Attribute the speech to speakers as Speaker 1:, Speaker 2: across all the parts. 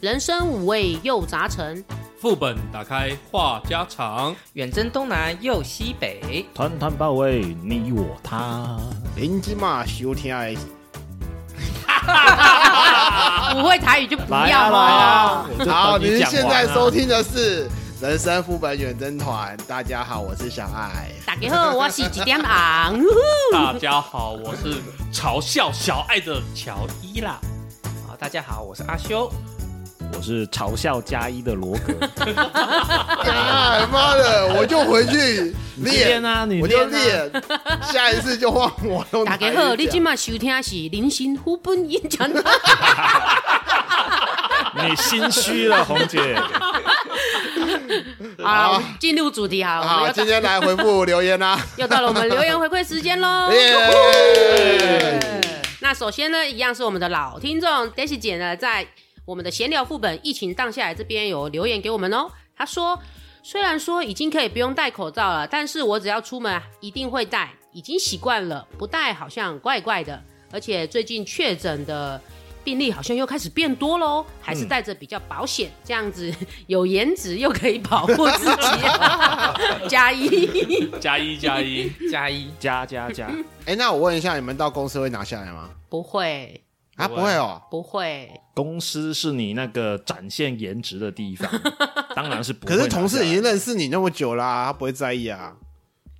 Speaker 1: 人生五味又杂陈，
Speaker 2: 副本打开话家常，
Speaker 3: 远征东南又西北，
Speaker 4: 团团包围你我他。
Speaker 5: 您即马收听的是
Speaker 1: 不会台语就不
Speaker 4: 来
Speaker 1: 要
Speaker 4: 啊来
Speaker 1: 嘛
Speaker 4: 啊。！
Speaker 5: 好，您
Speaker 4: 你
Speaker 5: 现在收听的是人生副本远征团。大家好，我是小爱。
Speaker 1: 大家 好，我是几点昂？
Speaker 2: 大家好，我是嘲笑小爱的乔伊啦。
Speaker 3: 好，大家好，我是阿修。
Speaker 4: 我是嘲笑加一的罗 格。
Speaker 5: 啊妈的，我就回去练
Speaker 4: 练啊你
Speaker 5: 我就
Speaker 4: 练
Speaker 5: 练，下一次就换我用
Speaker 1: 大
Speaker 5: 台语
Speaker 1: 家
Speaker 5: 讲。
Speaker 1: 好，你今麦收听的是零星副本演讲。
Speaker 4: 你心虚了，红姐。
Speaker 1: 好了，我们进入主题好了，我们
Speaker 5: 好，
Speaker 1: 又到
Speaker 5: 今天来回复留言啊啦。
Speaker 1: 又到了我们留言回馈时间喽。
Speaker 5: 耶！
Speaker 1: 那首先呢，一样是我们的老听众 Daisy 姐呢，在我们的闲聊副本疫情荡下来这边有留言给我们哦。她说，虽然说已经可以不用戴口罩了，但是我只要出门一定会戴，已经习惯了，不戴好像怪怪的。而且最近确诊的病例好像又开始变多喽，还是戴着比较保险，这样子 有颜值又可以保护自己。 加一，
Speaker 2: 加一加一，
Speaker 3: 加一，
Speaker 4: 加加加，
Speaker 5: 哎，那我问一下，你们到公司会拿下来吗？
Speaker 1: 不会，
Speaker 5: 啊，
Speaker 2: 不
Speaker 5: 不
Speaker 2: 会
Speaker 5: 会哦。
Speaker 1: 不会。
Speaker 4: 公司是你那个展现颜值的地方，当然是不会
Speaker 5: 可
Speaker 4: 拿下
Speaker 5: 是
Speaker 4: 来。
Speaker 5: 同事已经认识你那么久啦，他不会在意啊。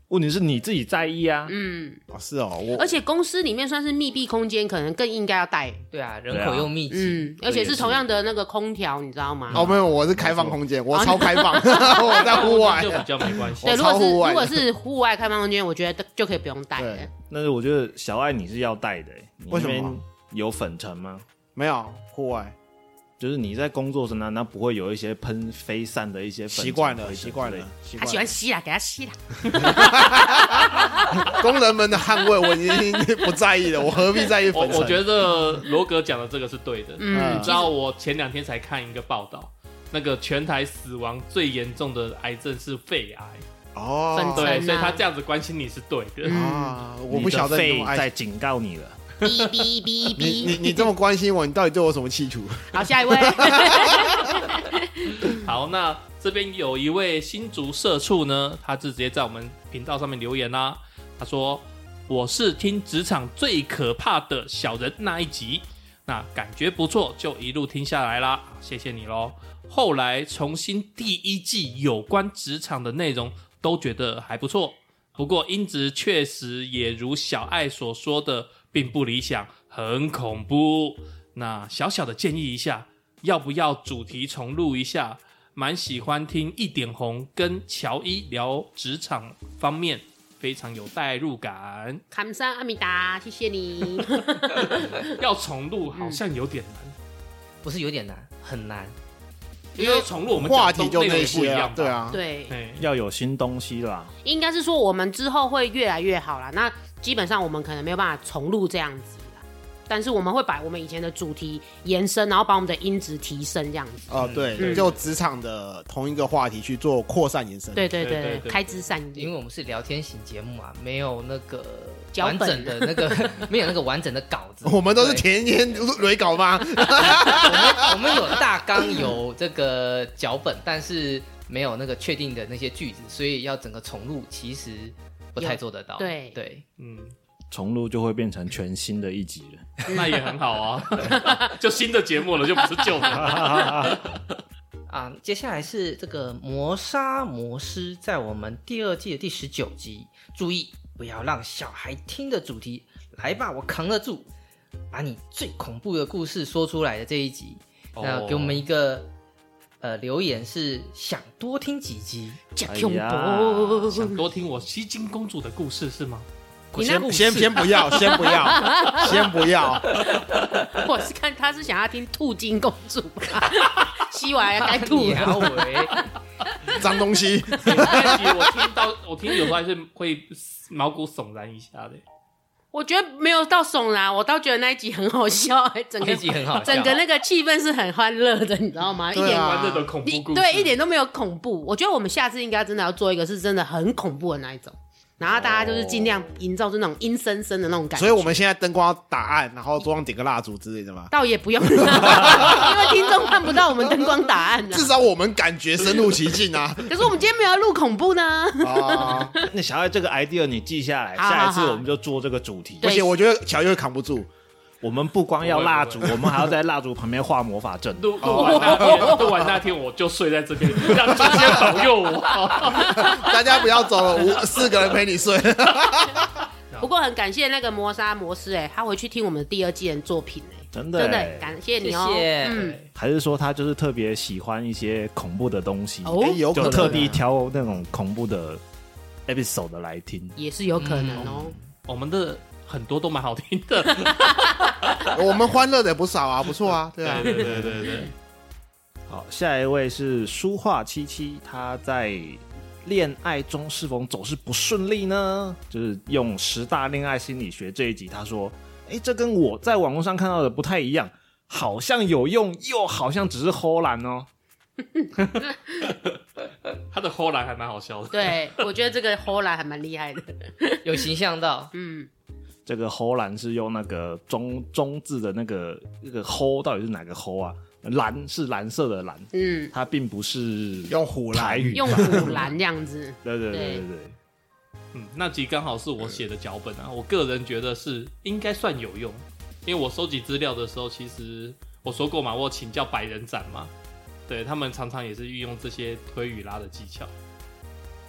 Speaker 4: 问题是你自己在意啊。
Speaker 1: 嗯，
Speaker 5: 哦，是哦，我
Speaker 1: 而且公司里面算是密闭空间，可能更应该要带。
Speaker 3: 对啊，人口又密集，
Speaker 1: 嗯，而且是同样的那个空调，你知道吗？
Speaker 5: 哦，没有，我是开放空间，我超开放，我在户外
Speaker 2: 就。比较没关系。
Speaker 1: 对，
Speaker 5: 我
Speaker 1: 如果
Speaker 5: 哦超
Speaker 1: 是
Speaker 5: 户外
Speaker 1: 如
Speaker 5: 的
Speaker 1: 果是户外开放空间，我觉得就可以不用带了
Speaker 5: 对。
Speaker 4: 但是我觉得小爱你是要带的、欸，你
Speaker 5: 为什么
Speaker 4: 那边有粉尘吗？
Speaker 5: 没有户外，
Speaker 4: 就是你在工作时难道不会有一些喷飞散的一些粉尘
Speaker 5: 习惯了，
Speaker 4: 灰尘
Speaker 5: 习惯
Speaker 4: 之类
Speaker 5: 了
Speaker 4: 的。，
Speaker 5: 习
Speaker 1: 他
Speaker 5: 惯
Speaker 1: 喜欢
Speaker 5: 了。
Speaker 1: 吸啦，给他吸啦。
Speaker 5: 工人们的捍卫，我已经不在意了，我何必在意
Speaker 2: 我
Speaker 5: 粉尘？
Speaker 2: 我觉得罗格讲的这个是对的。
Speaker 1: 嗯
Speaker 2: 你，知道我前两天才看一个报道，那个全台死亡最严重的癌症是肺癌，
Speaker 5: 哦，
Speaker 1: 粉尘
Speaker 2: 对，
Speaker 1: 啊
Speaker 2: 所以他这样子关心你是对的。
Speaker 1: 嗯
Speaker 5: 啊，我不晓得你那
Speaker 4: 你
Speaker 5: 么
Speaker 4: 的肺在
Speaker 5: 爱
Speaker 4: 警告你了。
Speaker 1: 哔哔哔
Speaker 5: 你你
Speaker 1: 哔。
Speaker 5: 你这么关心我，你到底对我什么企图？
Speaker 1: 好，下一位。
Speaker 2: 好，那这边有一位新竹社畜呢，他是直接在我们频道上面留言啦、他说：“我是听职场最可怕的小人那一集，那感觉不错，就一路听下来啦，谢谢你喽。后来重新第一季有关职场的内容，都觉得还不错。不过音质确实也如小爱所说的，并不理想，很恐怖。那小小的建议一下，要不要主题重录一下？蛮喜欢听一点红跟乔伊聊职场方面，非常有代入 感。
Speaker 1: 坎山阿米达，谢谢你。
Speaker 2: 要重录好像有点
Speaker 5: 嗯
Speaker 2: 难，
Speaker 3: 不是有点难，很难。
Speaker 2: 因为重录我们
Speaker 5: 话
Speaker 2: 讲的
Speaker 5: 题就
Speaker 2: 内容
Speaker 5: 那
Speaker 2: 也不一
Speaker 5: 些啊
Speaker 2: 样，，
Speaker 5: 对，啊，
Speaker 1: 对，
Speaker 2: 哎，
Speaker 4: 要有新东西啦，
Speaker 1: 应该是说我们之后会越来越好啦。那基本上我们可能没有办法重录这样子啦，但是我们会把我们以前的主题延伸，然后把我们的音质提升这样子。
Speaker 5: 哦对，
Speaker 1: 嗯
Speaker 5: 就职场的同一个话题去做扩散延伸。
Speaker 1: 对对
Speaker 2: 对对
Speaker 1: 对，
Speaker 2: 对
Speaker 1: 开枝散
Speaker 3: 因
Speaker 1: 叶。
Speaker 3: 为我们是聊天型节目嘛，没有那个
Speaker 1: 脚
Speaker 3: 完
Speaker 1: 本
Speaker 3: 整的那个，没有那个完整的稿子。
Speaker 5: 我们都是
Speaker 3: 对
Speaker 5: 天天雷稿吗？
Speaker 3: 我们我们有大纲，有这个脚本，但是没有那个确定的那些句子，所以要整个重录，其实不太做得到。
Speaker 1: 有对
Speaker 3: 对，
Speaker 2: 嗯，
Speaker 4: 重录就会变成全新的一集了。
Speaker 2: 那也很好 啊，就新的节目了，就不是旧的。
Speaker 3: 啊，接下来是这个磨砂魔师，在我们第二季的第十九集，注意不要让小孩听的主题，来吧，我扛得住，把你最恐怖的故事说出来的这一集，
Speaker 2: 哦
Speaker 3: 那啊给我们一个呃留言是想多听几集，
Speaker 1: 假
Speaker 4: 哎
Speaker 1: 恐
Speaker 4: 呀
Speaker 1: 怖
Speaker 2: 想多听我西京公主的故事是 吗？
Speaker 1: 你那
Speaker 5: 先先先 不要，先不要，先不要。
Speaker 1: 我是看他是想要听兔金公主 吧，吸完要该吐
Speaker 3: 你啊
Speaker 1: 了。
Speaker 3: 喂。
Speaker 5: 脏东西，
Speaker 2: 那一集哎我听到，我听有时候还是会毛骨悚然一下的。
Speaker 1: 我觉得没有到悚然，我倒觉得那一集很好笑、哎整
Speaker 3: 那
Speaker 1: 个
Speaker 3: 一集很好笑
Speaker 1: 整个那个气氛是很欢乐的，你知道吗？一
Speaker 5: 对
Speaker 1: 点
Speaker 5: 啊
Speaker 2: 玩这种恐怖
Speaker 1: 一
Speaker 2: 故事，
Speaker 1: 对一点都没有恐怖。我觉得我们下次应该真的要做一个是真的很恐怖的那一种。然后大家就是尽量营造出那种阴森森的那种感觉。
Speaker 5: 所以我们现在灯光要打暗，然后桌上点个蜡烛之类的嘛。
Speaker 1: 倒也不 用，因为听众看不到我们灯光答案呢、
Speaker 5: 至少我们感觉身入其 境啊！
Speaker 1: 可是我们今天没有要录恐怖呢。
Speaker 5: 啊，
Speaker 4: 那小爱这个 idea 你记下来，
Speaker 1: 好好
Speaker 4: 下一次
Speaker 1: 好
Speaker 4: 我们就做这个主题。
Speaker 5: 不
Speaker 1: 对
Speaker 5: 行，我觉得小月扛不住。
Speaker 4: 我们不光要
Speaker 2: 不会不会
Speaker 4: 蜡烛，我们还要在蜡烛旁边画魔法阵。
Speaker 2: 录录完那天，录完那天我就睡在这边，让祖先保佑我。
Speaker 5: 大家不要走了，五四个人陪你 睡。
Speaker 1: 不过很感谢那个磨砂摩斯、哎，他回去听我们的第二季的作品、哎，
Speaker 4: 真的
Speaker 1: 真
Speaker 4: 欸
Speaker 1: 的感谢你哦、
Speaker 3: 谢谢
Speaker 2: 哎
Speaker 1: 嗯，
Speaker 4: 还是说他就是特别喜欢一些恐怖的东西，
Speaker 1: 哦
Speaker 5: 哎有可
Speaker 4: 就
Speaker 5: 能
Speaker 4: 特地挑那种恐怖的 episode 来听。
Speaker 1: 也是有可能哦、
Speaker 2: 我们的很多都蛮好听的，
Speaker 5: 我们欢乐的也不少啊，不错啊，对啊
Speaker 2: 对。对对对对，
Speaker 4: 好，下一位是书画七七，他在恋爱中是否总是不顺利呢？就是用十大恋爱心理学这一集，他说：“哎、这跟我在网络上看到的不太一样，好像有用，又好像只是偷懒哦。
Speaker 2: 他的后来还蛮好笑的。
Speaker 1: 对，我觉得这个后来还蛮厉害的。
Speaker 3: 有形象到，
Speaker 1: 嗯，”
Speaker 4: 这个偷懒是用那个中中字的那个那个齁到底是哪个齁啊？蓝是蓝色的蓝，
Speaker 1: 嗯，
Speaker 4: 它并不是
Speaker 5: 用虎
Speaker 4: 台
Speaker 5: 来，
Speaker 4: 语吧，
Speaker 1: 用虎兰这样子，
Speaker 4: 对对对
Speaker 1: 对
Speaker 4: 对对对。
Speaker 2: 嗯，那集刚好是我写的脚本啊，我个人觉得是应该算有用，因为我收集资料的时候，其实我说过嘛，我有请教百人斩嘛，对他们常常也是运用这些推与拉的技巧。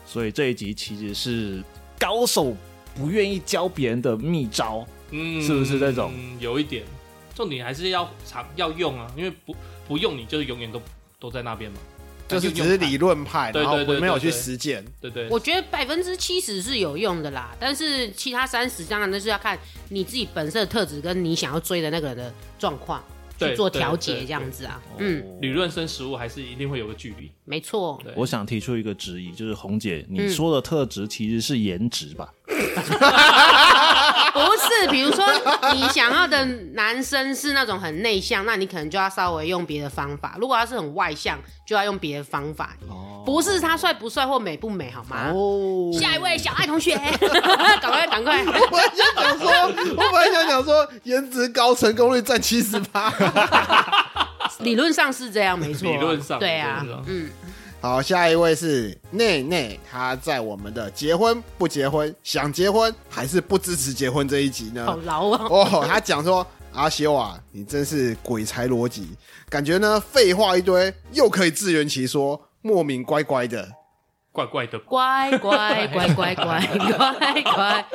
Speaker 4: 所以这一集其实是高手不愿意教别人的秘招。
Speaker 2: 嗯
Speaker 4: 是不是这种
Speaker 2: 嗯，有一点，重点还是要常要用啊，因为不不用你就是永远都都在那边嘛，
Speaker 5: 就是只
Speaker 2: 用
Speaker 5: 是
Speaker 2: 它
Speaker 5: 理，论派，
Speaker 2: 对
Speaker 5: 然后
Speaker 2: 对对对
Speaker 5: 没有去
Speaker 2: 对
Speaker 5: 实践。
Speaker 2: 对对
Speaker 1: 我觉得百分之七十是有用的啦，但是其他三十当然那是要看你自己本身的特质跟你想要追的那个人的状况去
Speaker 2: 对
Speaker 1: 做
Speaker 2: 对
Speaker 1: 调
Speaker 2: 对
Speaker 1: 节，
Speaker 2: 对
Speaker 1: 这样子啊。嗯，
Speaker 2: 理论生实物还是一定会有个距离。
Speaker 1: 没错，
Speaker 2: 对，
Speaker 4: 我想提出一个质疑，就是红姐，你
Speaker 1: 嗯
Speaker 4: 说的特质其实是颜值吧？
Speaker 1: 不是，比如说你想要的男生是那种很内向，那你可能就要稍微用别的方法；如果他是很外向，就要用别的方法。不是他帅不帅或美不美，好吗？
Speaker 4: 哦，
Speaker 1: 下一位小爱同学， 赶快赶快，
Speaker 5: 我本来想讲说，我本来想讲说，颜值高，成功率占七十 八。
Speaker 1: 理论上是这样，没错啊，
Speaker 2: 理论上
Speaker 1: 对啊
Speaker 2: 理论，上
Speaker 1: 嗯，
Speaker 5: 好，下一位是内内，他在我们的结婚不结婚、想结婚还是不支持结婚这一集呢？
Speaker 1: 好牢啊，
Speaker 5: 哦，他讲说阿修啊，你真是鬼才逻辑，感觉呢废话一堆，又可以自圆其说，莫名乖乖的。，
Speaker 2: 怪怪的吧，
Speaker 1: 乖乖乖乖乖乖乖，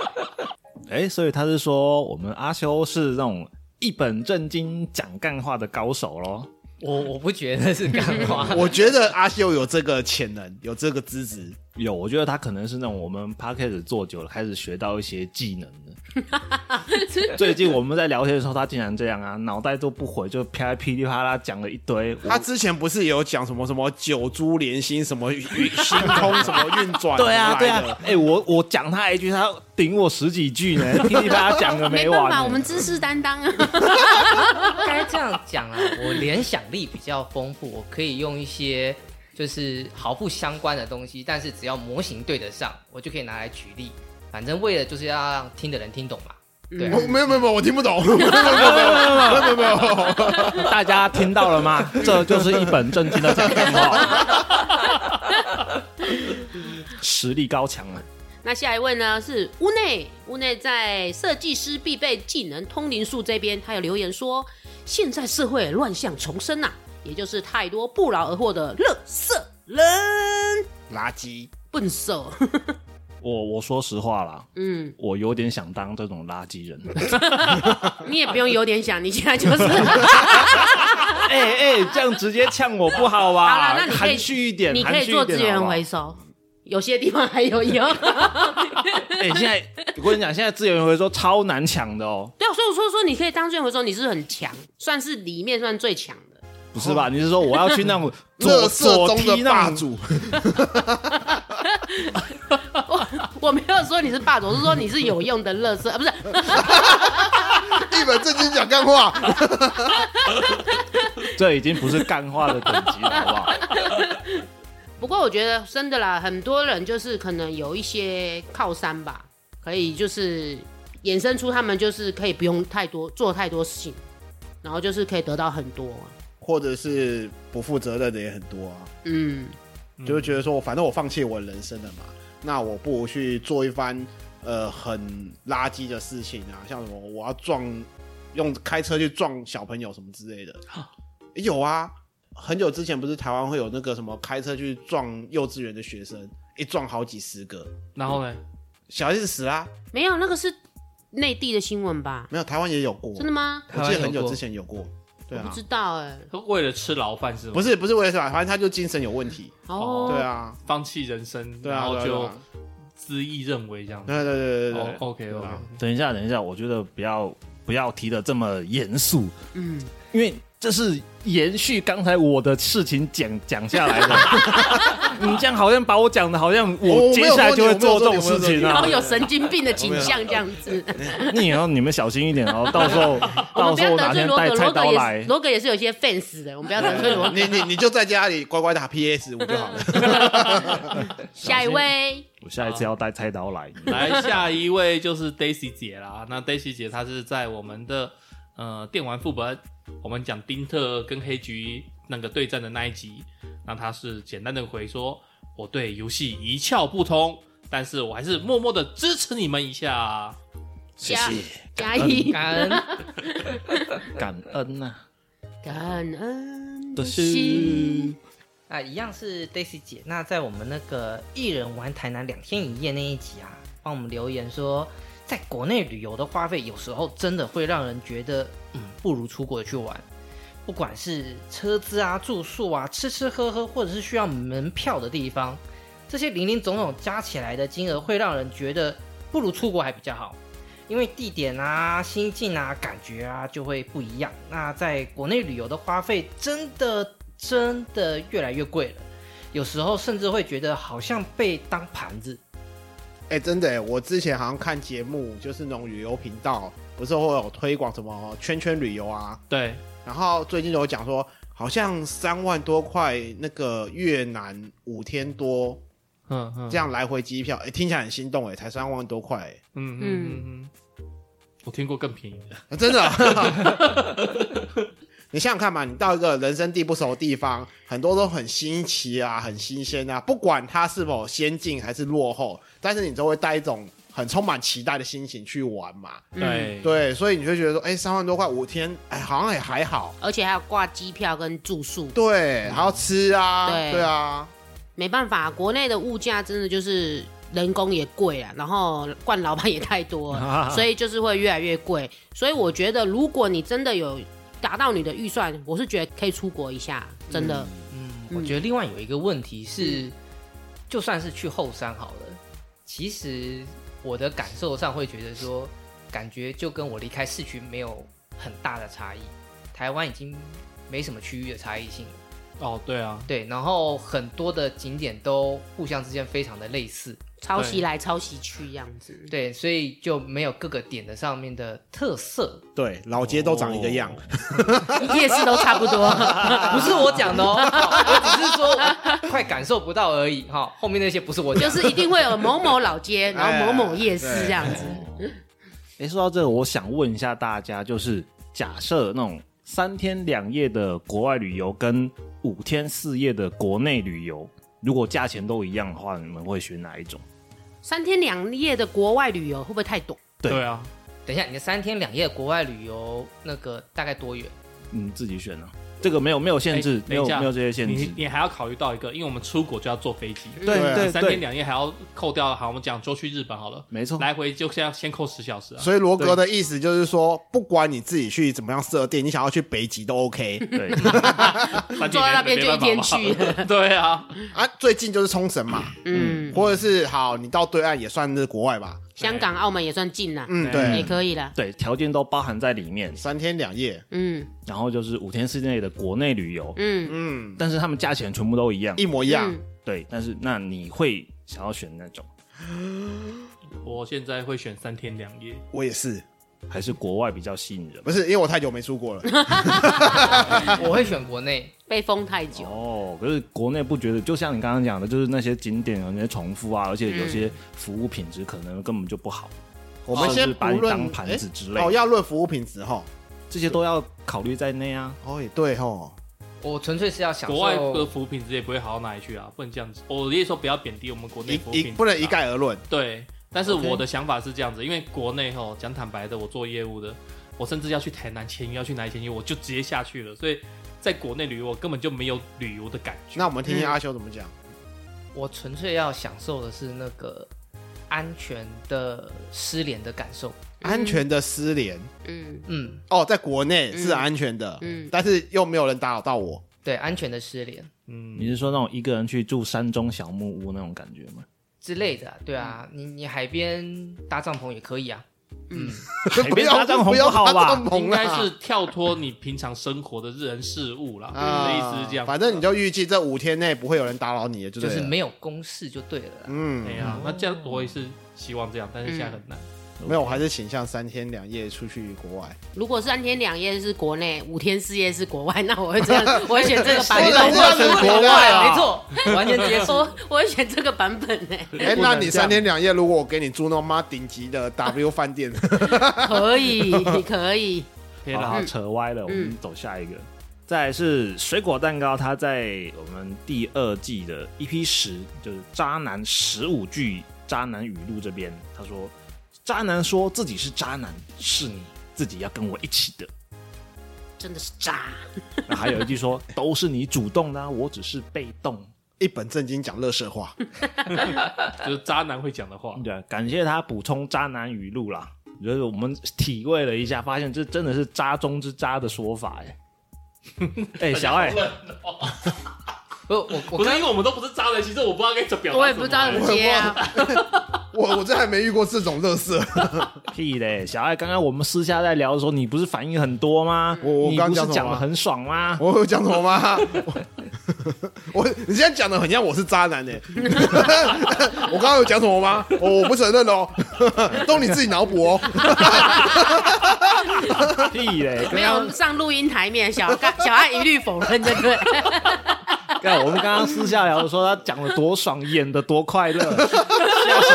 Speaker 4: 哎，所以他是说我们阿修是那种一本正经讲干话的高手咯。
Speaker 3: 我我不觉得是干话
Speaker 5: 我觉得阿修有这个潜能，有这个资质。
Speaker 4: 有，我觉得他可能是那种我们 p 开始做久了，开始学到一些技能的。 最近我们在聊天的时候，他竟然这样啊，脑袋都不回，就啪噼里啪啦讲了一堆。我
Speaker 5: 他之前不是有讲什么什么九珠连心，什么运星空，什么运转
Speaker 4: 对啊，
Speaker 5: 出
Speaker 4: 对
Speaker 5: 来
Speaker 4: 啊
Speaker 5: 的，
Speaker 4: 哎、我我讲他一句，他顶我十几句呢，噼里啪啦讲个
Speaker 1: 没
Speaker 4: 完、
Speaker 1: 办
Speaker 4: 呢
Speaker 1: 法，我们知识担当啊，
Speaker 3: 该这样讲啊，我联想力比较丰富，我可以用一些就是毫不相关的东西，但是只要模型对得上，我就可以拿来举例。反正为了就是要让听的人听懂嘛，对啊
Speaker 5: 我没有没有没有，我听不懂，没 有没有没有没有没有没有。
Speaker 4: 大家听到了吗？ 这就是一本正经的讲干话，实力高强啊！
Speaker 1: 那下一位呢是屋内，屋内在设计师必备技能通灵术这边，他有留言说，现在社会乱象丛生呐、也就是太多不劳而获的乐色人、
Speaker 5: 垃圾，
Speaker 1: 笨手，
Speaker 4: 我我说实话啦，
Speaker 1: 嗯，
Speaker 4: 我有点想当这种垃圾人。
Speaker 1: 你也不用有点想，你现在就是
Speaker 4: 哎哎、这样直接呛我不好吧？
Speaker 1: 好啦那你可以
Speaker 4: 含蓄一 点，
Speaker 1: 你可以做资源回
Speaker 4: 收。
Speaker 1: 收，有些地方还有 用。
Speaker 4: 哎、现在我跟你讲，现在资源回收超难抢的哦，
Speaker 1: 对啊，所以我说说你可以当资源回收，你是不是很强，算是里面算最强的。
Speaker 4: 不是吧？你是说我要去那 种左
Speaker 5: 乐色
Speaker 4: 左
Speaker 5: 中
Speaker 4: 踢
Speaker 5: 的霸
Speaker 4: 那种
Speaker 5: 主，
Speaker 1: 我没有说你是霸总，我是说你是有用的乐色，啊，不是
Speaker 5: 一本正经讲干话。
Speaker 4: 这已经不是干话的等级了，好不好？
Speaker 1: 不不过我觉得真的啦，很多人就是可能有一些靠山吧，可以就是衍生出他们就是可以不用太多做太多事情，然后就是可以得到很多。
Speaker 5: 或者是不负责任的也很多啊，
Speaker 1: 嗯，
Speaker 5: 就会觉得说，反正我放弃我的人生了嘛，那我不如去做一番呃很垃圾的事情啊，像什么我要撞，用开车去撞小朋友什么之类的，有啊，很久之前不是台湾会有那个什么开车去撞幼稚园的学生，一撞好几十个，
Speaker 2: 然后呢？
Speaker 5: 小孩子死啦、
Speaker 1: 没有那个是内地的新闻吧？
Speaker 5: 没有台湾也有过，
Speaker 1: 真的吗？
Speaker 5: 我记得很久之前有过，对
Speaker 1: 我不
Speaker 5: 啊
Speaker 1: 知，道哎、
Speaker 2: 为了吃牢饭是吗？
Speaker 5: 不是不是为了什么，反正他就精神有问题，
Speaker 1: 哦，
Speaker 5: 对啊，
Speaker 2: 放弃人生，
Speaker 5: 对
Speaker 2: 然
Speaker 5: 啊，
Speaker 2: 后
Speaker 5: 对
Speaker 2: 就
Speaker 5: 啊
Speaker 2: 恣意认为这样子。
Speaker 5: 对啊对对对对
Speaker 2: 哦
Speaker 5: 对，
Speaker 2: ，OK
Speaker 5: 对
Speaker 2: OK，
Speaker 5: 啊
Speaker 4: 等一下，等一下，我觉得不要不要提的这么严肃，
Speaker 1: 嗯，
Speaker 4: 因为这是延续刚才我的事情讲讲下 来的。你这样好像把我讲的，好像
Speaker 5: 我
Speaker 4: 我
Speaker 5: 哦我没
Speaker 4: 接
Speaker 5: 有
Speaker 4: 下来
Speaker 5: 说
Speaker 4: 就
Speaker 5: 你
Speaker 4: 会
Speaker 5: 我没
Speaker 4: 做这
Speaker 5: 有
Speaker 4: 种事
Speaker 5: 说你我没有说你
Speaker 4: 情
Speaker 1: 然
Speaker 4: 啊
Speaker 1: 后！有神经病的景象这样子。
Speaker 4: 你也要你们小心一点哦，到时 候
Speaker 1: 我们
Speaker 4: 到
Speaker 1: 不
Speaker 4: 时候
Speaker 1: 要
Speaker 4: 哪
Speaker 1: 得罪
Speaker 4: 天
Speaker 1: 罗
Speaker 4: 带
Speaker 1: 格，
Speaker 4: 菜
Speaker 1: 罗格
Speaker 4: 刀
Speaker 1: 也
Speaker 4: 来
Speaker 1: 是，罗格也是有一些 fans 的，我们不要得罪罗格。
Speaker 5: 你你你就在家里乖乖打 PS 五就好了。
Speaker 1: 下一位，
Speaker 4: 我下一次要带菜刀来。
Speaker 2: 来下一位就是 Daisy 姐啦。那 Daisy 姐她是在我们的呃电玩副本，我们讲丁特跟黑菊那个对战的那一集，那她是简单的回说，我对游戏一窍不通，但是我还是默默的支持你们一下。
Speaker 1: 加加一，
Speaker 3: 感恩。
Speaker 4: 感恩啊呐、
Speaker 1: 感恩
Speaker 4: 的
Speaker 1: 的
Speaker 4: 是
Speaker 1: 心。
Speaker 3: 啊，一样是 Daisy 姐。那在我们那个一人玩台南两天一夜那一集啊，帮我们留言说，在国内旅游的花费有时候真的会让人觉得，嗯，不如出国去玩。不管是车资啊、住宿啊、吃吃喝喝，或者是需要门票的地方，这些零零总总加起来的金额，会让人觉得不如出国还比较好。因为地点啊、心境啊、感觉啊就会不一样。那在国内旅游的花费真的真的越来越贵了，有时候甚至会觉得好像被当盘子。
Speaker 5: 哎、真的、欸，我之前好像看节目，就是那种旅游频道，不是会有推广什么圈圈旅游啊，
Speaker 2: 对，
Speaker 5: 然后最近有讲说，好像三万多块那个越南五天多
Speaker 2: 嗯嗯
Speaker 5: 这样来回机票，哎、听起来很心动哎、才三万多块、欸
Speaker 2: 嗯嗯嗯
Speaker 1: 嗯
Speaker 2: 嗯，我听过更便宜的。
Speaker 5: 啊真的啊。 你想想看嘛，你到一个人生地不熟的地方，很多都很新奇啊，很新鲜啊，不管它是否先进还是落后，但是你都会带一种很充满期待的心情去玩嘛。
Speaker 1: 嗯，
Speaker 2: 对
Speaker 5: 对，所以你就会觉得说，哎、三万多块五天，哎、好像也还好。
Speaker 1: 而且还有挂机票跟住宿，
Speaker 5: 对，还要吃啊，
Speaker 1: 嗯对
Speaker 5: 对啊，
Speaker 1: 没办法，国内的物价真的就是人工也贵啊，然后惯老板也太多了，所以就是会越来越贵。所以我觉得，如果你真的有达到你的预算，我是觉得可以出国一下，真的。
Speaker 3: 嗯，我觉得嗯另外有一个问题是，就算是去后山好了，其实我的感受上会觉得说，感觉就跟我离开市区没有很大的差异。台湾已经没什么区域的差异性了。
Speaker 2: 哦，对啊，
Speaker 3: 对，然后很多的景点都互相之间非常的类似，
Speaker 1: 抄袭来抄袭去这样子，
Speaker 3: 对，所以就没有各个点的上面的 特色。
Speaker 5: 对，老街都长一个样。
Speaker 1: 夜市都差不多。
Speaker 3: 不是我讲的哦，我只是说我快感受不到而已哈。后面那些不是我讲
Speaker 1: 就
Speaker 3: 的，
Speaker 1: 是一定会有某某老街，然后某某夜市这样子。
Speaker 4: 哎，说到这个，我想问一下大家，就是假设那种三天两夜的国外旅游跟五天四夜的国内旅游，如果价钱都一样的话，你们会选哪一种？
Speaker 1: 三天两夜的国外旅游会不会太短？
Speaker 4: 对
Speaker 2: 对啊，
Speaker 3: 等一下你的三天两夜国外旅游那个大概多远？
Speaker 4: 你自己选啊，这个没有没有限制
Speaker 2: 哎，等
Speaker 4: 没有
Speaker 2: 一下
Speaker 4: 没有这些限制
Speaker 2: 你。你还要考虑到一个，因为我们出国就要坐飞机，
Speaker 5: 对
Speaker 4: 对
Speaker 2: 三天
Speaker 4: 对，哦
Speaker 2: 两夜还要扣掉。好，我们讲就去日本好了，
Speaker 4: 没错。
Speaker 2: 来回就先要先扣十小时啊。
Speaker 5: 所以罗格的意思就是说，不管你自己去怎么样设定，你想要去北极都 OK
Speaker 4: 对，
Speaker 2: 坐
Speaker 1: 坐在那边就一天去。
Speaker 2: 对啊，
Speaker 5: 啊。最近就是冲绳嘛，
Speaker 1: 嗯，
Speaker 5: 或者是好，你到对岸也算是国外吧。
Speaker 1: 香港、澳门也算近啦，
Speaker 5: 嗯，
Speaker 1: 也
Speaker 5: 对，
Speaker 1: 可以啦。
Speaker 4: 对，条件都包含在里面，
Speaker 5: 三天两夜，
Speaker 1: 嗯
Speaker 4: 然后就是五天四夜的国内旅游，
Speaker 1: 嗯，
Speaker 5: 嗯，
Speaker 4: 但是他们价钱全部都一样。
Speaker 5: 一模一样。
Speaker 1: 嗯
Speaker 4: 对，但是那你会想要选那种？
Speaker 2: 我现在会选三天两夜，
Speaker 5: 我也是，
Speaker 4: 还是国外比较吸引人？
Speaker 5: 不是因为我太久没出国 了，
Speaker 3: 我会选国内，
Speaker 1: 被封太久，
Speaker 4: 哦，可是国内不觉得，就像你刚刚讲的，就是那些景点有那些重复啊，而且有些服务品质可能根本就不好，
Speaker 5: 我们
Speaker 4: 甚
Speaker 5: 先
Speaker 4: 至
Speaker 5: 不
Speaker 4: 把你
Speaker 5: 论
Speaker 4: 当盘子之类
Speaker 5: 诶哦，
Speaker 4: 的，
Speaker 5: 要论服务品质哈，
Speaker 4: 这些都要考虑在内啊。
Speaker 5: 哦也对哈，
Speaker 3: 我纯粹是要享
Speaker 2: 国外的
Speaker 3: 受。
Speaker 2: 服务品质也不会好到哪里去啊，不能这样子。我的意思说不要贬低我们国内
Speaker 5: 一
Speaker 2: 服务品
Speaker 5: 一
Speaker 2: 质、啊
Speaker 5: 不能一。概而论，
Speaker 2: 对，但是
Speaker 5: OK
Speaker 2: 我的想法是这样子，因为国内吼讲坦白的，我做业务的，我甚至要去台南签约，要去哪里签约，我就直接下去了。所以在国内旅游，我根本就没有旅游的感觉。
Speaker 5: 那我们听
Speaker 3: 嗯
Speaker 5: 听阿修怎么讲。
Speaker 3: 我纯粹要享受的是那个安全的失联的感受。
Speaker 5: 安全的失联
Speaker 1: 嗯
Speaker 3: 嗯，
Speaker 5: 哦，在国内是
Speaker 1: 嗯
Speaker 5: 安全的，
Speaker 1: 嗯，
Speaker 5: 但是又没有人打扰到我。
Speaker 3: 对，安全的失联
Speaker 4: 你
Speaker 2: 嗯，
Speaker 4: 是说那种一个人去住山中小木屋那种感觉吗？
Speaker 3: 之类的啊，对啊，你你海边搭帐篷也可以啊。
Speaker 1: 嗯
Speaker 3: 嗯，
Speaker 4: 海
Speaker 5: 不
Speaker 4: 边
Speaker 5: 要
Speaker 4: 搭帐
Speaker 5: 不
Speaker 4: 篷
Speaker 5: 要
Speaker 4: 不好
Speaker 5: 搭
Speaker 4: 吧
Speaker 5: 帐？篷
Speaker 2: 应该
Speaker 5: 啦
Speaker 2: 是跳脱你平常生活的人事物啦。我的意思是这样子。
Speaker 5: 啊反正你就预计这五天内不会有人打扰你的，就
Speaker 3: 就
Speaker 5: 对
Speaker 3: 是
Speaker 5: 了
Speaker 3: 没有公式就对了啦。
Speaker 5: 嗯
Speaker 2: 哎，呀，那这样我也是希望这样，但是现在很难。
Speaker 5: 没有，我还是倾向三天两夜出去 国外。
Speaker 1: 如果三天两夜是国内，五天四夜是国外， 那我会这样， 我会选这个版本
Speaker 5: 谁让。你选国外 啊
Speaker 3: 没错，完全接受。
Speaker 1: 我我会选这个版本 呢、
Speaker 5: 哎，那你三天两夜，如果我给你住那种妈顶级的 W 饭店，
Speaker 1: 可以，可以，
Speaker 2: 可以
Speaker 4: 好
Speaker 2: 啦，
Speaker 5: 嗯
Speaker 4: 好，扯歪了，我们走下一个。再来是水果蛋糕，它在我们第二季的 EP 十，就是渣男十五句渣男语录这边，他说：“渣男说自己是渣男，是你自己要跟我一起的。
Speaker 1: 真的是渣。”
Speaker 4: 那还有一句说：“都是你主动的啊、我只是被动。
Speaker 5: 一本正经讲乐色话，
Speaker 2: 就是渣男会讲的话”。
Speaker 4: 对啊，感谢他补充渣男语录啦。就是我们体味了一下，发现这真的是渣中之渣的说法哎。 哎、小爱，
Speaker 3: 不，我我
Speaker 2: 不是
Speaker 3: 刚
Speaker 2: 因为我们都不是渣男，其实我不知道该怎么表达。
Speaker 1: 我也不知道怎么接啊。
Speaker 5: 我我这还没遇过这种 乐色。
Speaker 4: 屁嘞！小爱，刚刚我们私下在聊的时候，你不是反应很多吗？
Speaker 5: 我我
Speaker 4: 你
Speaker 5: 刚
Speaker 4: 不
Speaker 5: 讲
Speaker 4: 是
Speaker 5: 什么
Speaker 4: 讲的啊
Speaker 5: 吗
Speaker 4: 很爽吗？
Speaker 5: 我有讲什么吗？我我你现在讲的很像我是渣男呢、欸 我刚刚有讲什么吗？我我不承认哦， 都你自己脑补哦。
Speaker 4: 屁嘞！
Speaker 1: 没有上录音台面，小 爱小爱一律否认，对不对？
Speaker 4: 看我们刚刚私下聊的时候，他讲的多爽，演的多快乐， 现在什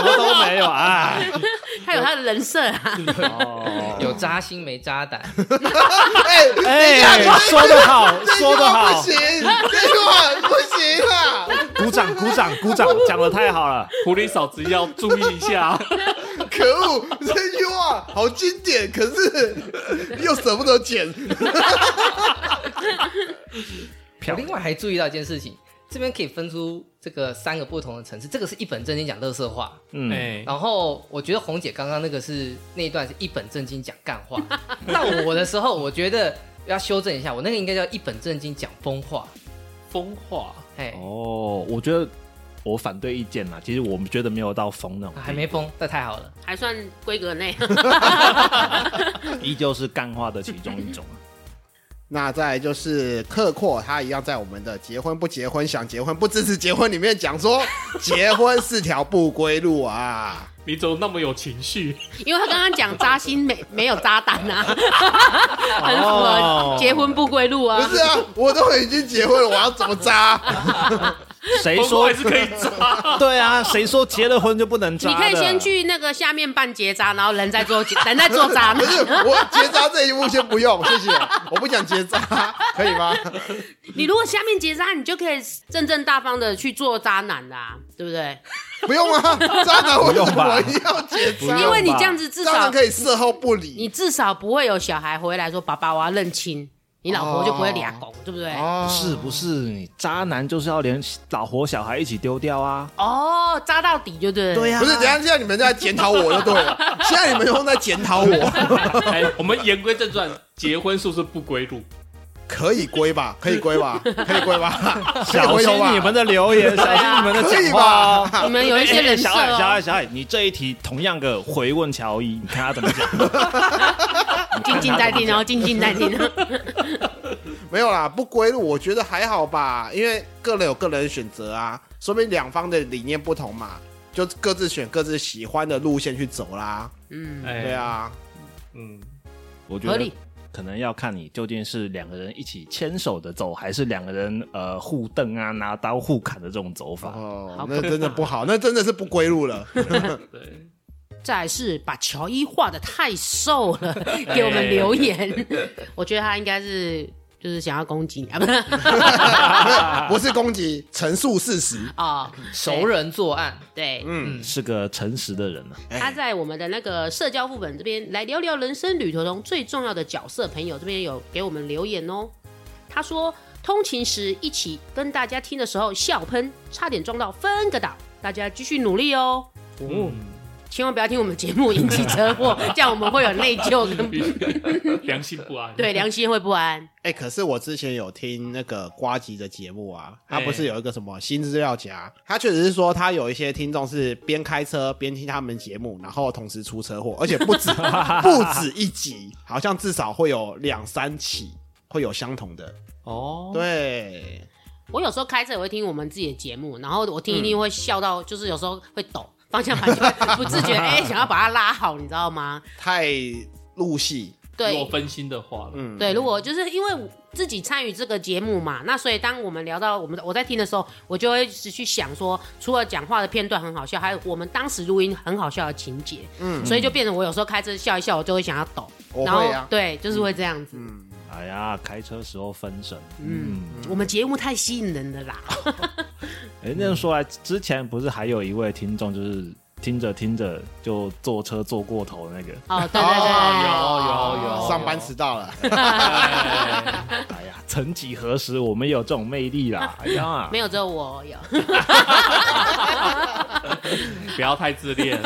Speaker 4: 么都没有啊！
Speaker 1: 他有他的人设啊，
Speaker 4: 哦，
Speaker 3: 有扎心没扎胆，
Speaker 5: 哎、
Speaker 4: 哎，说得好，说得
Speaker 5: 这句话
Speaker 4: 好
Speaker 5: 不，行，这句话不行啊！
Speaker 4: 鼓掌，鼓掌，鼓掌，讲的太好了。
Speaker 2: 狐狸嫂子要注意一下，
Speaker 5: 可恶，这句话好经典，可是又舍不得剪。
Speaker 3: 我
Speaker 4: 漂
Speaker 3: 另
Speaker 4: 亮，
Speaker 3: 外还注意到一件事情，这边可以分出这个三个不同的层次。这个是一本正经讲乐色话，
Speaker 4: 嗯，
Speaker 2: 哎，
Speaker 3: 然后我觉得红姐刚刚那个是那一段是一本正经讲干话，到我的时候，我觉得要修正一下，我那个应该叫一本正经讲疯话。
Speaker 2: 风化
Speaker 3: 哎，
Speaker 4: 哦，我觉得我反对意见啦。其实我们觉得没有到疯那种地步，
Speaker 3: 啊还没疯，那太好了。
Speaker 1: 还算规格内。
Speaker 4: 依旧是干话的其中一种啊。
Speaker 5: 那再来就是克阔，他一样在我们的结婚不结婚、想结婚不支持结婚里面讲说，结婚是条不归路 啊。
Speaker 2: 你怎么那么有情绪？
Speaker 1: 因为他刚刚讲扎心没没有扎胆啊，
Speaker 5: 哦
Speaker 1: 很符合结婚不归路啊
Speaker 5: 不。是啊，我都已经结婚了，我要怎么渣？
Speaker 4: 谁
Speaker 5: 哎
Speaker 2: 风化
Speaker 4: 说
Speaker 2: 还是可以渣？
Speaker 4: 对啊，谁说结了婚就不能渣
Speaker 1: 你
Speaker 4: 的？
Speaker 1: 可以先去那个下面办结扎，然后人再做结人在做渣
Speaker 5: 不
Speaker 1: 男。
Speaker 5: 是，我结扎这一步先不用，谢谢，我不想结扎，可以 吗？
Speaker 1: 你如果下面结扎，你就可以正正大方的去做渣男啦、对不对？
Speaker 5: 不用啊，渣男为什
Speaker 4: 不用吧
Speaker 5: 么要结
Speaker 4: 不用啊
Speaker 5: 扎？
Speaker 1: 因为你这样子至
Speaker 5: 渣
Speaker 1: 少
Speaker 5: 男可以事后不
Speaker 1: 你
Speaker 5: 理。
Speaker 1: 至少不会有小孩回来说爸爸我要认亲，你老婆就不会俩拱，对不对？
Speaker 4: 不
Speaker 5: 哦
Speaker 4: 是不是，你渣男就是要连老婆小孩一起丢掉啊！
Speaker 1: 哦，扎到底就对了。
Speaker 4: 呀
Speaker 5: 不是，等一下现在你们在检讨我就对 了，现在你们都在检讨我，
Speaker 2: 哎，我们言归正传，结婚是不是不归路？
Speaker 5: 可以归吧？可以归吧？ 可以归吧？
Speaker 4: 小心你们
Speaker 5: 的
Speaker 4: 的留言，小心你们的讲话哦。
Speaker 1: 你们有一些人设
Speaker 4: 小海，小
Speaker 1: 哦，
Speaker 4: 海，小海，你这一题同样的回问乔伊，你看他怎么讲？
Speaker 1: 静静在听 哦，静静在听哦。
Speaker 5: 没有啦，不归路我觉得还好吧，因为个人有个人的选择啊，说明两方的理念不同嘛，就各自选各自喜欢的路线去走啦。
Speaker 1: 嗯，
Speaker 2: 哎，
Speaker 5: 对，啊，
Speaker 2: 嗯，
Speaker 4: 我觉
Speaker 1: 合
Speaker 4: 得
Speaker 1: 理。
Speaker 4: 可能要看你究竟是两个人一起牵手的走，还是两个人呃互瞪啊、拿刀互砍的这种走法。
Speaker 5: 哦
Speaker 1: 好，
Speaker 5: 那
Speaker 1: 可
Speaker 5: 真的
Speaker 1: 怕
Speaker 5: 不好，那真的是不归 路了。
Speaker 2: 对，
Speaker 1: 再来是把乔伊画的太瘦了，给我们留言。我觉得他应该是就是想要攻击你啊，不是
Speaker 5: 不是攻击，陈述事实。
Speaker 1: 哦，
Speaker 3: 熟人作案，
Speaker 1: 对。
Speaker 5: 嗯，
Speaker 4: 是个诚实的人呢、啊。
Speaker 5: 哎
Speaker 1: 他在我们的那个社交副本这边来聊聊人生旅途中最重要的角色朋友，这边有给我们留言哦。他说，通勤时一起跟大家听的时候笑喷，差点撞到分个岛，大家继续努力哦。
Speaker 2: 嗯，
Speaker 1: 千万不要听我们节目引起车祸，这样我们会有内疚跟
Speaker 2: 良心不安。
Speaker 1: 对良心会不安。
Speaker 5: 哎、可是我之前有听那个瓜吉的节目啊，他
Speaker 2: 哎
Speaker 5: 不是有一个什么新资料夹？他确实是说他有一些听众是边开车边听他们节目，然后同时出车祸，而且不止不止一集，好像至少会有两三起会有相同的。
Speaker 2: 哦，
Speaker 5: 对，
Speaker 1: 我有时候开车也会听我们自己的节目，然后我听一定会笑到，就是有时候会抖方向盘，就会不自觉哎、想要把它拉好，你知道吗？
Speaker 5: 太入戏，
Speaker 2: 若
Speaker 1: 对
Speaker 2: 分心的话了，
Speaker 5: 嗯，
Speaker 1: 对，如果就是因为自己参与这个节目嘛，那所以当我们聊到我们的我在听的时候，我就会持续想说，除了讲话的片段很好笑，还有我们当时录音很好笑的情节，
Speaker 5: 嗯
Speaker 1: 所以就变成我有时候开车笑一笑，我就会想要抖，
Speaker 5: 我
Speaker 1: 然后
Speaker 5: 会啊，
Speaker 1: 对，就是会这样子。
Speaker 5: 嗯，
Speaker 4: 哎呀，开车时候分神。
Speaker 1: 嗯，我们节目太吸引人了啦。
Speaker 4: 哎，那样说来，之前不是还有一位听众，就是听着听着就坐车坐过头的那个。
Speaker 1: 哦，对对对，
Speaker 2: 哦有有有
Speaker 5: 上班迟到了，
Speaker 2: 哎
Speaker 4: 哎呀，曾几何时，我们有这种魅力 啦！哎呀
Speaker 1: 没，有只有我有。
Speaker 2: 不要太自恋，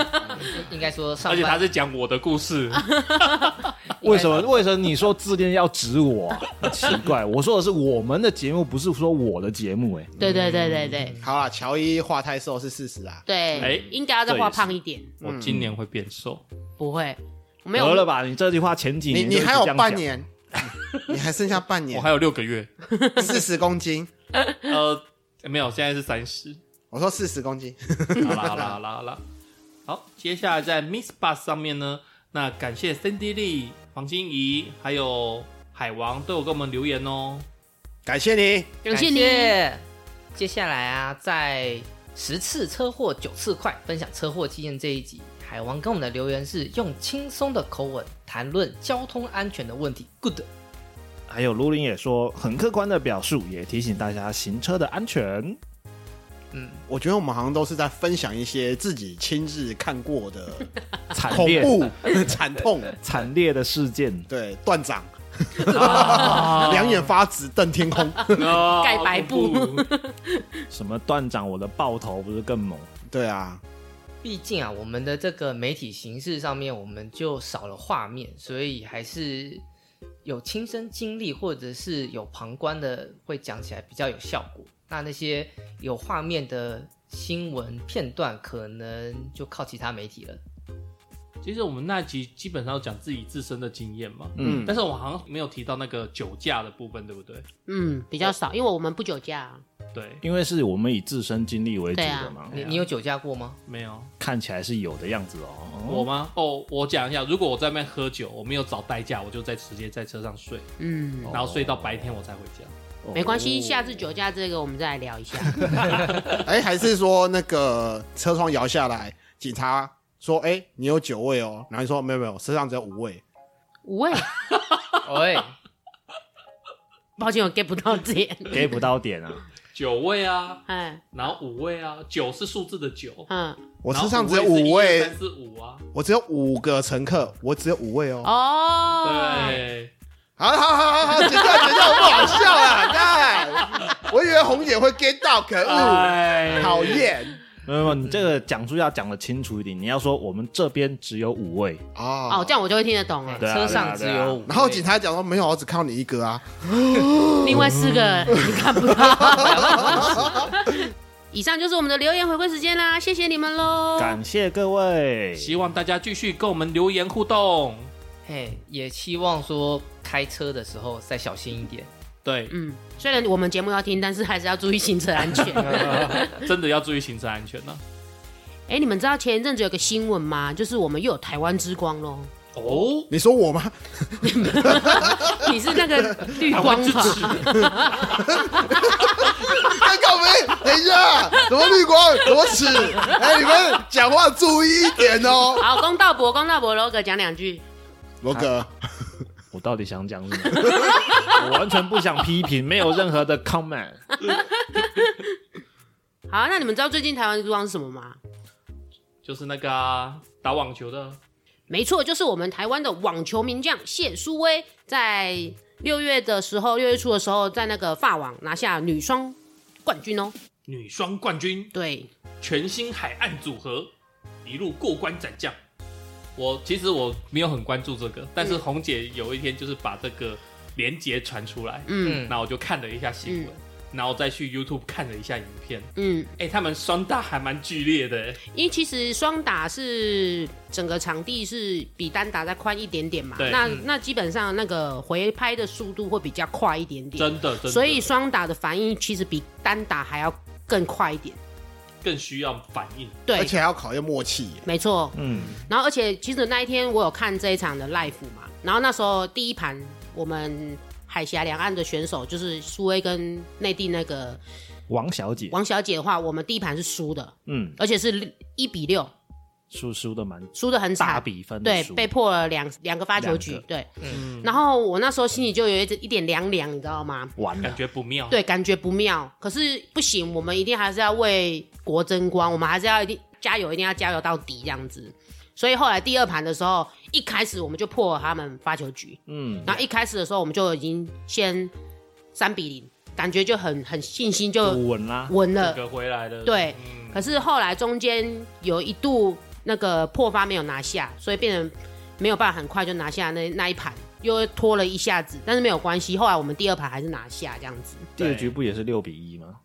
Speaker 3: 应该说上
Speaker 2: 而且他
Speaker 3: 班
Speaker 2: 是讲我的故事，
Speaker 4: 为什么为什么你说自恋要指我啊、奇怪，我说的是我们的节目，不是说我的节目、哎，
Speaker 1: 对对对对对
Speaker 5: 好啦，乔伊话太瘦是事实啊。
Speaker 1: 对，
Speaker 2: 哎
Speaker 1: 应该要再画胖一点，
Speaker 2: 我今年会变瘦，
Speaker 1: 不会，我没有
Speaker 4: 得了吧，你这句话前几
Speaker 5: 你
Speaker 4: 年就
Speaker 5: 你
Speaker 4: 一直
Speaker 5: 还
Speaker 4: 这
Speaker 5: 有
Speaker 4: 样
Speaker 5: 半
Speaker 4: 讲，
Speaker 5: 年， 你还剩下半
Speaker 2: 我
Speaker 5: 年，
Speaker 2: 还有六个月，
Speaker 5: 四十公斤。
Speaker 2: 呃，没有，现在是三十。
Speaker 5: 我说四十公斤，
Speaker 2: 好啦好啦好啦好啦，好，接下来在 Miss Bus 上面呢，那感谢 Cindy Lee、黄心怡还有海王都有给我们留言哦。
Speaker 5: 感谢你。
Speaker 1: 感谢你。
Speaker 3: 接下来啊，在十次车祸九次快分享车祸经验这一集，海王跟我们的留言是用轻松的口吻谈论交通安全的问题，good。
Speaker 4: 还有卢林也说很客观的表述，也提醒大家行车的安全。
Speaker 3: 嗯，
Speaker 5: 我觉得我们好像都是在分享一些自己亲自看过的
Speaker 4: 惨
Speaker 5: 恐
Speaker 4: 烈
Speaker 5: 怖、惨痛，
Speaker 4: 惨烈的事件，
Speaker 5: 对，断掌，两眼发直瞪天空，
Speaker 1: 盖白布
Speaker 2: 哦，
Speaker 4: 什么断掌我的爆头不是更猛？
Speaker 5: 对啊，
Speaker 3: 毕竟啊，我们的这个媒体形式上面，我们就少了画面，所以还是有亲身经历或者是有旁观的，会讲起来比较有效果。那那些有画面的新闻片段，可能就靠其他媒体了。
Speaker 2: 其实我们那集基本上有讲自己自身的经验嘛，
Speaker 4: 嗯
Speaker 5: 嗯
Speaker 2: 但，是我好像没有提到那个酒驾的部分，对不对？
Speaker 1: 嗯，比较少，因为我们不酒驾。啊
Speaker 2: 对，
Speaker 4: 因为是我们以自身经历为主的嘛，哎
Speaker 1: 啊
Speaker 3: 你你有酒驾过吗？
Speaker 2: 没有
Speaker 4: 看起来是有的样子哦。
Speaker 2: 我吗？哦，我讲一下，如果我在外面喝酒，我没有找代驾，我就在直接在车上睡，
Speaker 1: 嗯，
Speaker 2: 然后睡到白天我才回家。
Speaker 4: 哦
Speaker 1: 没关系，下次酒驾这个我们再来聊一下。
Speaker 5: 哎，还是说那个车窗摇下来，警察说，哎，你有九位哦，然后你说没有没有，身上只有五位，
Speaker 1: 五位，
Speaker 3: 喂，
Speaker 1: 抱歉我 get 不到点。
Speaker 4: 给不到点啊，
Speaker 2: 九位啊，
Speaker 1: 哎，
Speaker 2: 然后五位啊，九是数字的九，
Speaker 1: 嗯，
Speaker 5: 我
Speaker 2: 然
Speaker 5: 身
Speaker 2: 后
Speaker 5: 上只有
Speaker 2: 五
Speaker 5: 五
Speaker 2: 是一二
Speaker 5: 位
Speaker 2: 三，四五啊，
Speaker 5: 我只有五个乘客，我只有五位哦。
Speaker 1: 哦，
Speaker 2: 对，
Speaker 5: 好好好好好，剪掉剪掉，不好笑了，干！我以为红姐会 get 到，可恶，
Speaker 2: 哎
Speaker 5: 讨厌
Speaker 4: 没有没有，你这个讲述要讲的清楚一点，你要说我们这边只有五位，
Speaker 5: 哦
Speaker 1: 哦，这样我就会听得懂了。
Speaker 4: 对啊
Speaker 3: 车上只
Speaker 4: 对啊对啊
Speaker 3: 有五位。
Speaker 5: 然后警察讲说没有，我只靠你一个啊。
Speaker 1: 另外四个你看不到。 以上就是我们的留言回馈时间啦，谢谢你们喽。
Speaker 4: 感谢各位。
Speaker 2: 希望大家继续跟我们留言互动。
Speaker 3: 嘿，也期望说开车的时候再小心一点。
Speaker 2: 对，
Speaker 1: 嗯，虽然我们节目要听，但是还是要注意行车安全。
Speaker 2: 真的要注意行车安全呢、啊
Speaker 1: 哎、你们知道前一阵子有个新闻吗？就是我们又有台湾之光喽。
Speaker 2: 哦，
Speaker 5: 你说我吗？
Speaker 1: 你是那个绿光
Speaker 2: 支
Speaker 1: 吧？
Speaker 2: 持，
Speaker 5: 哎，告没？等一下，什么绿光，什么尺？哎，你们讲话注意一点哦，
Speaker 1: 好，公道伯，公道伯，logo 讲两句。
Speaker 5: 罗哥。
Speaker 4: 我到底想讲什么？ 我完全不想批评，没有任何的 comment。
Speaker 1: 好，那你们知道最近台湾的状况是什么吗？
Speaker 2: 就是那个啊打网球的，
Speaker 1: 没错，就是我们台湾的网球名将谢淑薇，在六月的时候，六月初的时候，在那个法网拿下女双冠军哦。
Speaker 2: 女双冠军，
Speaker 1: 对，
Speaker 2: 全新海岸组合，一路过关斩将。我其实我没有很关注这个，但是红姐有一天就是把这个连接传出来，
Speaker 1: 嗯
Speaker 2: 那我就看了一下新闻，然后再去 YouTube 看了一下影片。
Speaker 1: 嗯，
Speaker 2: 哎、他们双打还蛮剧烈的、欸，
Speaker 1: 因为其实双打是整个场地是比单打再宽一点点嘛，
Speaker 2: 对
Speaker 1: 那
Speaker 2: 嗯
Speaker 1: 那基本上那个回拍的速度会比较快一点点，
Speaker 2: 真的，真的，
Speaker 1: 所以双打的反应其实比单打还要更快一点。
Speaker 2: 更需要反应。
Speaker 1: 对，
Speaker 5: 而且还要考验默契耶。
Speaker 1: 没错，
Speaker 4: 嗯，
Speaker 1: 然后而且其实那一天我有看这一场的 live 嘛，然后那时候第一盘我们海峡两岸的选手就是苏威跟内地那个
Speaker 4: 王小姐，
Speaker 1: 王小姐的话，我们第一盘是输的，
Speaker 4: 嗯，
Speaker 1: 而且是一比六，
Speaker 4: 输输的蛮
Speaker 1: 输的很
Speaker 4: 大
Speaker 1: 惨。
Speaker 4: 比分的
Speaker 1: 啊对，
Speaker 4: 输，
Speaker 1: 被破了两两个发球局
Speaker 4: 两，个
Speaker 1: 对。
Speaker 2: 嗯，
Speaker 1: 然后我那时候心里就有一一点凉凉，你知道吗？
Speaker 4: 完
Speaker 2: 感
Speaker 4: 了。
Speaker 2: 觉不妙。，
Speaker 1: 对，感觉不妙。可是不行，我们一定还是要为国争光，我们还是要一定加油，一定要加油到底这样子。所以后来第二盘的时候，一开始我们就破了他们发球局，
Speaker 4: 嗯，
Speaker 1: 然后一开始的时候我们就已经先三比零，感觉就很很信心就
Speaker 4: 不稳啦。
Speaker 1: 稳
Speaker 2: 这
Speaker 1: 了。
Speaker 2: 个回来了。
Speaker 1: 对
Speaker 2: 嗯
Speaker 1: 可是后来中间有一度那个破发没有拿下，所以变成没有办法很快就拿下那那一盘，又拖了一下子，但是没有关系。后来我们第二盘还是拿下这样子。
Speaker 4: 第二局不也是六比一吗？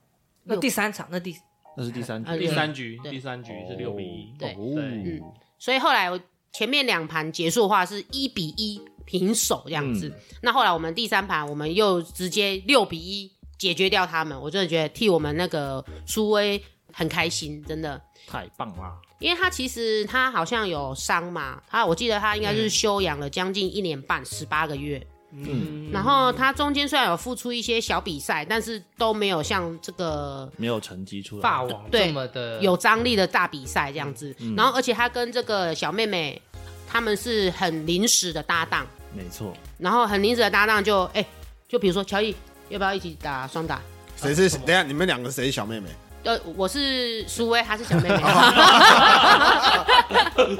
Speaker 3: 那第三场，那第
Speaker 4: 那是第三
Speaker 1: 呃
Speaker 4: 局，
Speaker 2: 第三局，
Speaker 1: 对
Speaker 2: 第三局是六比一。
Speaker 1: 对嗯
Speaker 4: 哦
Speaker 2: 对
Speaker 1: 所以后来我前面两盘结束的话是一比一平手这样子。那后来我们第三盘，我们又直接六比一解决掉他们，我真的觉得替我们那个苏威很开心，真的。
Speaker 4: 太棒啦！
Speaker 1: 因为他其实他好像有伤嘛，他我记得他应该是休养了将近一年半，十八个月。
Speaker 2: 嗯
Speaker 1: 然后他中间虽然有付出一些小比赛，但是都没有像这个
Speaker 4: 没有成绩出来，
Speaker 3: 霸王
Speaker 1: 对
Speaker 3: 这么的
Speaker 1: 有张力的大比赛这样子。
Speaker 5: 嗯
Speaker 1: 然后而且他跟这个小妹妹他们是很临时的搭档，
Speaker 4: 没错，
Speaker 1: 然后很临时的搭档就哎、就比如说乔伊要不要一起打双打？
Speaker 5: 谁是？等一下你们两个谁是小妹妹？
Speaker 1: 呃，我是苏威，她是小妹 妹。
Speaker 5: 哦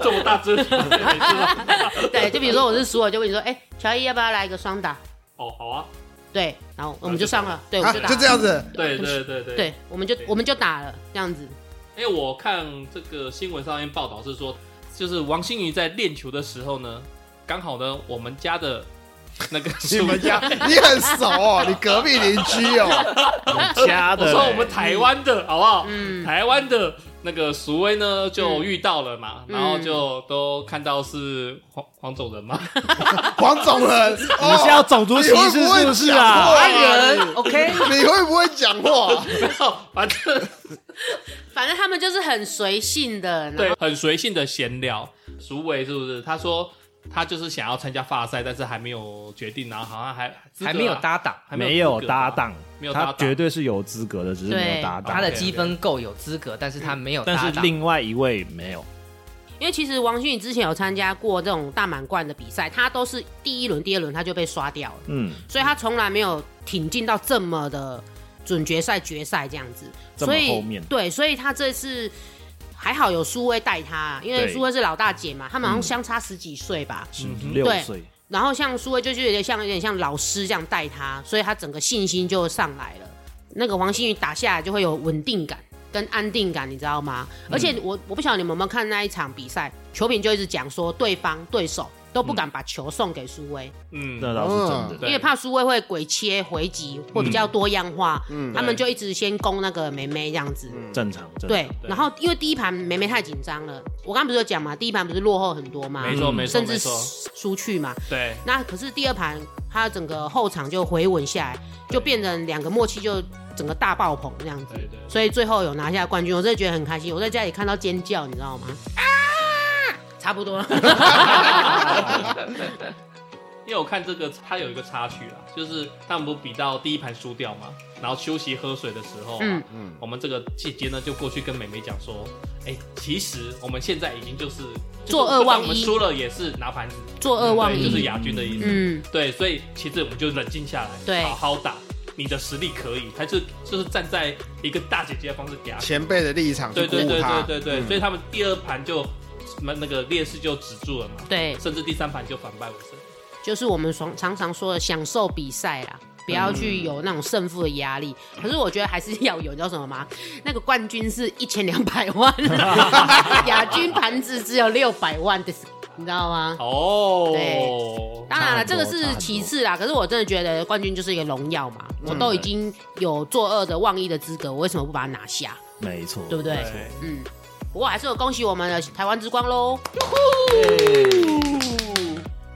Speaker 2: 这么大 只，没事吧
Speaker 1: 对，就比如说我是苏，我就问你说，哎、乔伊要不要来一个双打？
Speaker 2: 哦，好啊，
Speaker 1: 对，然后我们就上了，对，我们就打、
Speaker 5: 啊就这样子。
Speaker 2: 对对对对。
Speaker 1: 对，我们就我们就打了这样子。
Speaker 2: 因为哎我看这个新闻上面报道是说，就是王心怡在练球的时候呢，刚好呢，我们家的那个
Speaker 5: 你们家，你很熟哦，你隔壁邻居哦。
Speaker 4: 瞎
Speaker 2: 我
Speaker 4: 的。
Speaker 2: 说我们台湾的好不好？
Speaker 1: 嗯
Speaker 2: 台湾的那个淑薇呢，就遇到了嘛，
Speaker 1: 嗯
Speaker 2: 然后就都看到是黄黄种人嘛，
Speaker 5: 黄总人，
Speaker 4: 你是要种族
Speaker 5: 你
Speaker 4: 歧
Speaker 5: 会
Speaker 4: 视
Speaker 5: 不哎会
Speaker 4: 是不是
Speaker 5: 讲
Speaker 4: 啊？
Speaker 5: 话
Speaker 3: 白人，OK，
Speaker 5: 你会不会讲话？
Speaker 2: 没有，反正
Speaker 1: 反正他们就是很随性的，然
Speaker 2: 对
Speaker 1: 后，
Speaker 2: 很随性的闲聊。淑薇是不是？她说她就是想要参加发赛，但是还没有决定，然后好像还资格啊
Speaker 3: 还没有搭 档，
Speaker 2: 还
Speaker 4: 没
Speaker 2: 有
Speaker 4: 有
Speaker 2: 资格吧
Speaker 4: 搭，档
Speaker 2: 没有，搭
Speaker 4: 他
Speaker 2: 档
Speaker 4: 绝对是有资格的，只是没有搭档
Speaker 3: 他。的
Speaker 2: OK，OK
Speaker 3: 积分够有资格，但是他没有搭
Speaker 4: 但
Speaker 3: 档。
Speaker 4: 是另外一位没有，
Speaker 1: 因为其实王迅之前有参加过这种大满贯的比赛，他都是第一轮、第二轮他就被刷掉了，
Speaker 4: 嗯，
Speaker 1: 所以他从来没有挺进到这么的准决赛、决赛这样子。
Speaker 4: 这
Speaker 1: 所
Speaker 4: 么
Speaker 1: 以
Speaker 4: 后面
Speaker 1: 对，所以他这次还好有苏威带他，因为
Speaker 4: 对嗯
Speaker 1: 苏威是老大姐嘛，他们好像相差十几岁吧。
Speaker 4: 十
Speaker 2: 哼
Speaker 4: 六
Speaker 1: 对
Speaker 4: 岁，
Speaker 1: 然后像苏威就是有点像有点像老师这样带他，所以他整个信心就上来了。那个王心宇打下来就会有稳定感跟安定感，你知道吗？
Speaker 4: 嗯
Speaker 1: 而且我我不晓得你们有没有看那一场比赛，球评就一直讲说对方对手都不敢把球送给苏威，
Speaker 2: 嗯，
Speaker 4: 那倒是真的。
Speaker 2: 对嗯
Speaker 1: 因为怕苏威会鬼切回击或比较多样化，他们就一直先攻那个梅梅这样子。
Speaker 4: 正常，正常
Speaker 1: 对，
Speaker 2: 嗯对
Speaker 1: 然后因为第一盘梅梅太紧张了，我刚刚不是有讲嘛，第一盘不是落后很多嘛，
Speaker 2: 没错没错
Speaker 1: 甚
Speaker 2: 没
Speaker 1: 至
Speaker 2: 错，
Speaker 1: 输去嘛，
Speaker 2: 对。
Speaker 1: 那可是第二盘，他整个后场就回稳下来，就变成两个默契就整个大爆棚这样子
Speaker 2: 对对，
Speaker 1: 所以最后有拿下冠军，我真的觉得很开心。我在家里看到尖叫，你知道吗？啊！差不 多。
Speaker 2: 因为我看这个，它有一个插曲啦，就是他们不比到第一盘输掉嘛，然后休息喝水的时候、啊，
Speaker 1: 嗯
Speaker 5: 嗯
Speaker 2: 我们这个姐姐呢就过去跟美美讲说，哎、其实我们现在已经就是
Speaker 1: 作恶忘一
Speaker 2: 就算我们输了也是拿盘子，
Speaker 1: 作恶忘
Speaker 2: 对，就是
Speaker 1: 一。
Speaker 2: 亚军的意思。
Speaker 1: 嗯，
Speaker 2: 对，所以其实我们就冷静下来，
Speaker 1: 对
Speaker 2: 好好打，你的实力可以，他就就是站在一个大姐姐的方式给他
Speaker 5: 前辈的立场去
Speaker 2: 对对
Speaker 5: 鼓舞
Speaker 2: 对
Speaker 5: 他，
Speaker 2: 对对对，
Speaker 5: 嗯
Speaker 2: 所以他们第二盘就那那个劣势就止住了嘛，
Speaker 1: 对，
Speaker 2: 甚至第三盘就反败为胜。
Speaker 1: 就是我们常常常说的享受比赛啦，不要去有那种胜负的压力。
Speaker 4: 嗯
Speaker 1: 可是我觉得还是要有，你知道什么吗？那个冠军是一千两百万， 亚军盘子只有六百万的，你知道吗？
Speaker 2: 哦，
Speaker 1: 当然了，
Speaker 4: 差
Speaker 1: 这
Speaker 4: 很多
Speaker 1: 个是其次啦。可是我真的觉得冠军就是一个荣耀嘛，我
Speaker 5: 嗯
Speaker 1: 都已经有作恶的忘义的资格，我为什么不把它拿下？
Speaker 4: 没错，
Speaker 1: 对不对
Speaker 2: 对，
Speaker 1: 嗯，不过还是有恭喜我们的台湾之光喽。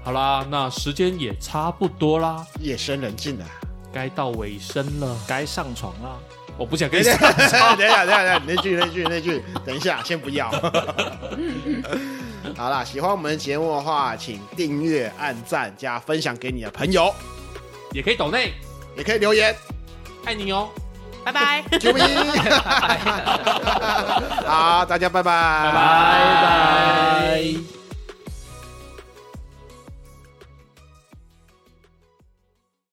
Speaker 2: 好啦，那时间也差不多啦，
Speaker 5: 夜深人静了。
Speaker 2: 该到尾声了。
Speaker 4: 该上床啦。
Speaker 2: 我不想
Speaker 5: 等
Speaker 2: 跟
Speaker 5: 一
Speaker 2: 你
Speaker 5: 下，
Speaker 2: 讲，
Speaker 5: 等一下，等一下，等一下，你那句，那句，那句，等一下，先不要。好啦，喜欢我们的节目的话，请订阅、按赞、加分享给你的朋友，
Speaker 2: 也可以抖内，
Speaker 5: 也可以留言。
Speaker 2: 爱你哦，
Speaker 1: 拜拜。
Speaker 5: 啾 咪，好，大家拜
Speaker 2: 拜
Speaker 5: 拜
Speaker 2: 拜。